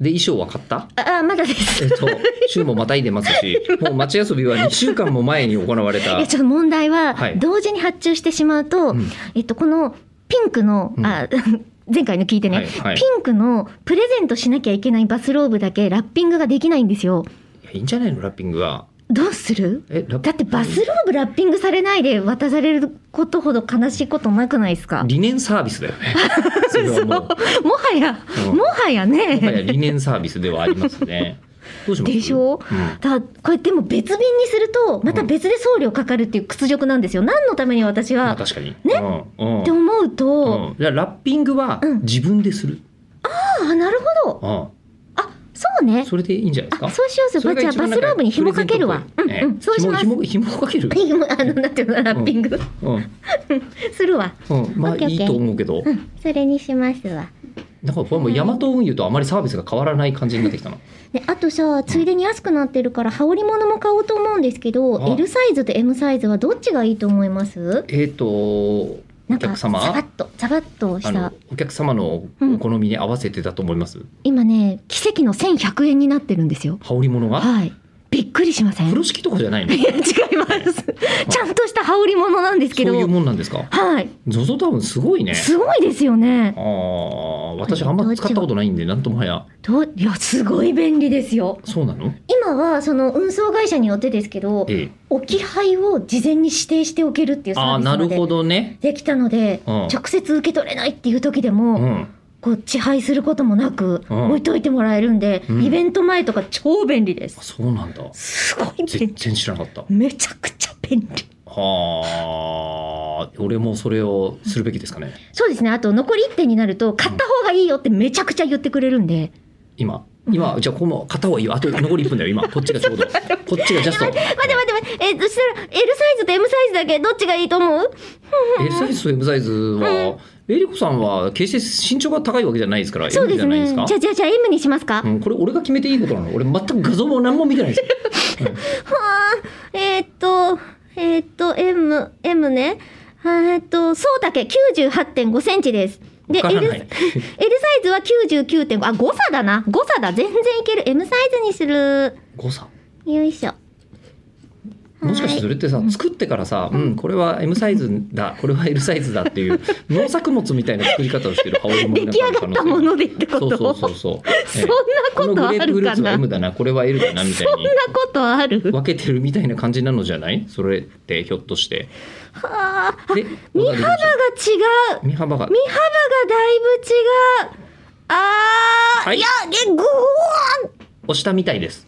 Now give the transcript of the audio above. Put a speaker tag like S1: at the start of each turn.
S1: で、衣装は買った
S2: ああまだです
S1: えっと、 週もまたいでますし、もう街遊びは2週間も前に行われ
S2: い
S1: た
S2: や、ちょっと問題は、
S1: はい
S2: 同時に発注してしまうと、
S1: うん
S2: えっと、このピンクの、
S1: うん
S2: あ、 前回の聞いてね、
S1: はいはい
S2: ピンクのプレゼントしなきゃいけないバスローブだけラッピングができないんですよ。
S1: いやいいんじゃないのラッピングは。
S2: どうする
S1: え、ラッ
S2: だってバスローブラッピングされないで渡されることほど悲しいことなくないですか
S1: 理念サービスだよ ね。それはもう、
S2: もはや、
S1: うん
S2: もはや
S1: もはや
S2: ね。
S1: 理念サービスではありますね。どうします
S2: でしょう
S1: うん
S2: だこれでも別便にするとまた別で送料かかるっていう屈辱なんですよ。何のために私
S1: まあ
S2: は
S1: 確かに。ね
S2: っ
S1: って
S2: 思う
S1: うん、
S2: と、
S1: じゃあラッピングは
S2: うん
S1: 自分でする、
S2: ああなるほど
S1: うん
S2: あそうね
S1: それでいいんじゃないです
S2: あ
S1: か
S2: そうしよう
S1: そ
S2: ぞ
S1: れ
S2: じゃ
S1: が
S2: あ
S1: 一番
S2: バ
S1: なん
S2: スローブに紐かけるわ、
S1: プレゼントっぽいええ
S2: うんうんそうします
S1: 紐紐紐かける、
S2: 紐あのなんていうのラッピング、
S1: うん
S2: するわ
S1: うん、ま
S2: オ
S1: あ
S2: ッケー
S1: いいと思うけど
S2: うんそれにしますわ
S1: だからこれもうヤマト運輸とあまりサービスが変わらない感じになってきたの
S2: であとさついでに安くなってるから羽織物も買おうと思うんですけど
S1: あ
S2: L サイズと M サイズはどっちがいいと思います
S1: えっ、とお
S2: なんか
S1: 客
S2: サバ
S1: 様
S2: ッとサバッとし
S1: あ
S2: た
S1: のお客様のお好みに合わせてだと思います、
S2: 今ね奇跡の1100円になってるんですよ
S1: 羽織物が
S2: はいびっくりしませんい
S1: 風呂敷とかじゃないの
S2: や違いますちゃんとした羽織物なんです
S1: そう
S2: けど
S1: いうもんなんですか
S2: はい
S1: ゾゾタウンすごいね
S2: すごいですよね
S1: ああ私あんま使ったことないんでなんともはや
S2: どういやすごい便利ですよ
S1: そうなの
S2: 今はその運送会社によってですけど
S1: ええ
S2: 置き配を事前に指定しておけるっていうサ
S1: あ
S2: ー
S1: あ
S2: ビス
S1: な
S2: ま
S1: る
S2: で
S1: ほどね
S2: できたので、
S1: うん
S2: 直接受け取れないっていう時でも、
S1: うん
S2: こう置配することもなく、
S1: うん
S2: 置いといてもらえるんで、
S1: うん
S2: イベント前とか超便利です
S1: あそうなんだ
S2: すごい便
S1: 全然知らなかった
S2: 利めちゃくちゃ便利
S1: はあ俺もそれをするべきですかね
S2: そうですねあと残り1点になると買った方がいいよってめちゃくちゃ言ってくれるんで、
S1: 今今じゃあこの片方いいよあと残り1分だよ今こっちがちょう どこっちがジャスト
S2: 待って待って待ってえそしたら L サイズと M サイズだけどっちがいいと思う
S1: S サイズと M サイズはえりこさんは決して身長が高いわけじゃないですから
S2: そう
S1: M
S2: で
S1: じ
S2: す
S1: ゃないで
S2: ね
S1: すか
S2: じゃあじゃあじゃあ M にしますか、
S1: うん、これ俺が決めていいことなの俺全く画像も何も見てないですよ
S2: はあ、えーっと、えーっと、M、M ね。えーっと、総丈98.5センチです。で、
S1: わ
S2: L,
S1: から
S2: L
S1: な
S2: サ
S1: い
S2: イズは99.5。あ、誤差だな。誤差だ。全然いける。M サイズにする。
S1: 誤差
S2: よいしょ。
S1: もしかしてそれってさ作ってからさ、うん、これは M サイズだこれは L サイズだって いう農作物みたいな作り方をしてる羽織
S2: 出
S1: 物
S2: 来
S1: に
S2: 上
S1: な
S2: がったものでってこと
S1: そうそうそうそう
S2: そんな
S1: こ
S2: こ
S1: の
S2: と
S1: グ
S2: あ
S1: レープフ
S2: る
S1: ル
S2: か
S1: ーツは
S2: な
S1: M だなこれは L だなみたい
S2: そんな
S1: に
S2: ことある
S1: 分けてるみたいな感じなのじゃないそれってひょっとして
S2: はあ。
S1: で
S2: 身
S1: お
S2: 幅
S1: 題
S2: が違う。
S1: 見幅が
S2: 身幅がだいぶ違う。あー、
S1: はい
S2: いや、え、ぐわー
S1: 押したみたいです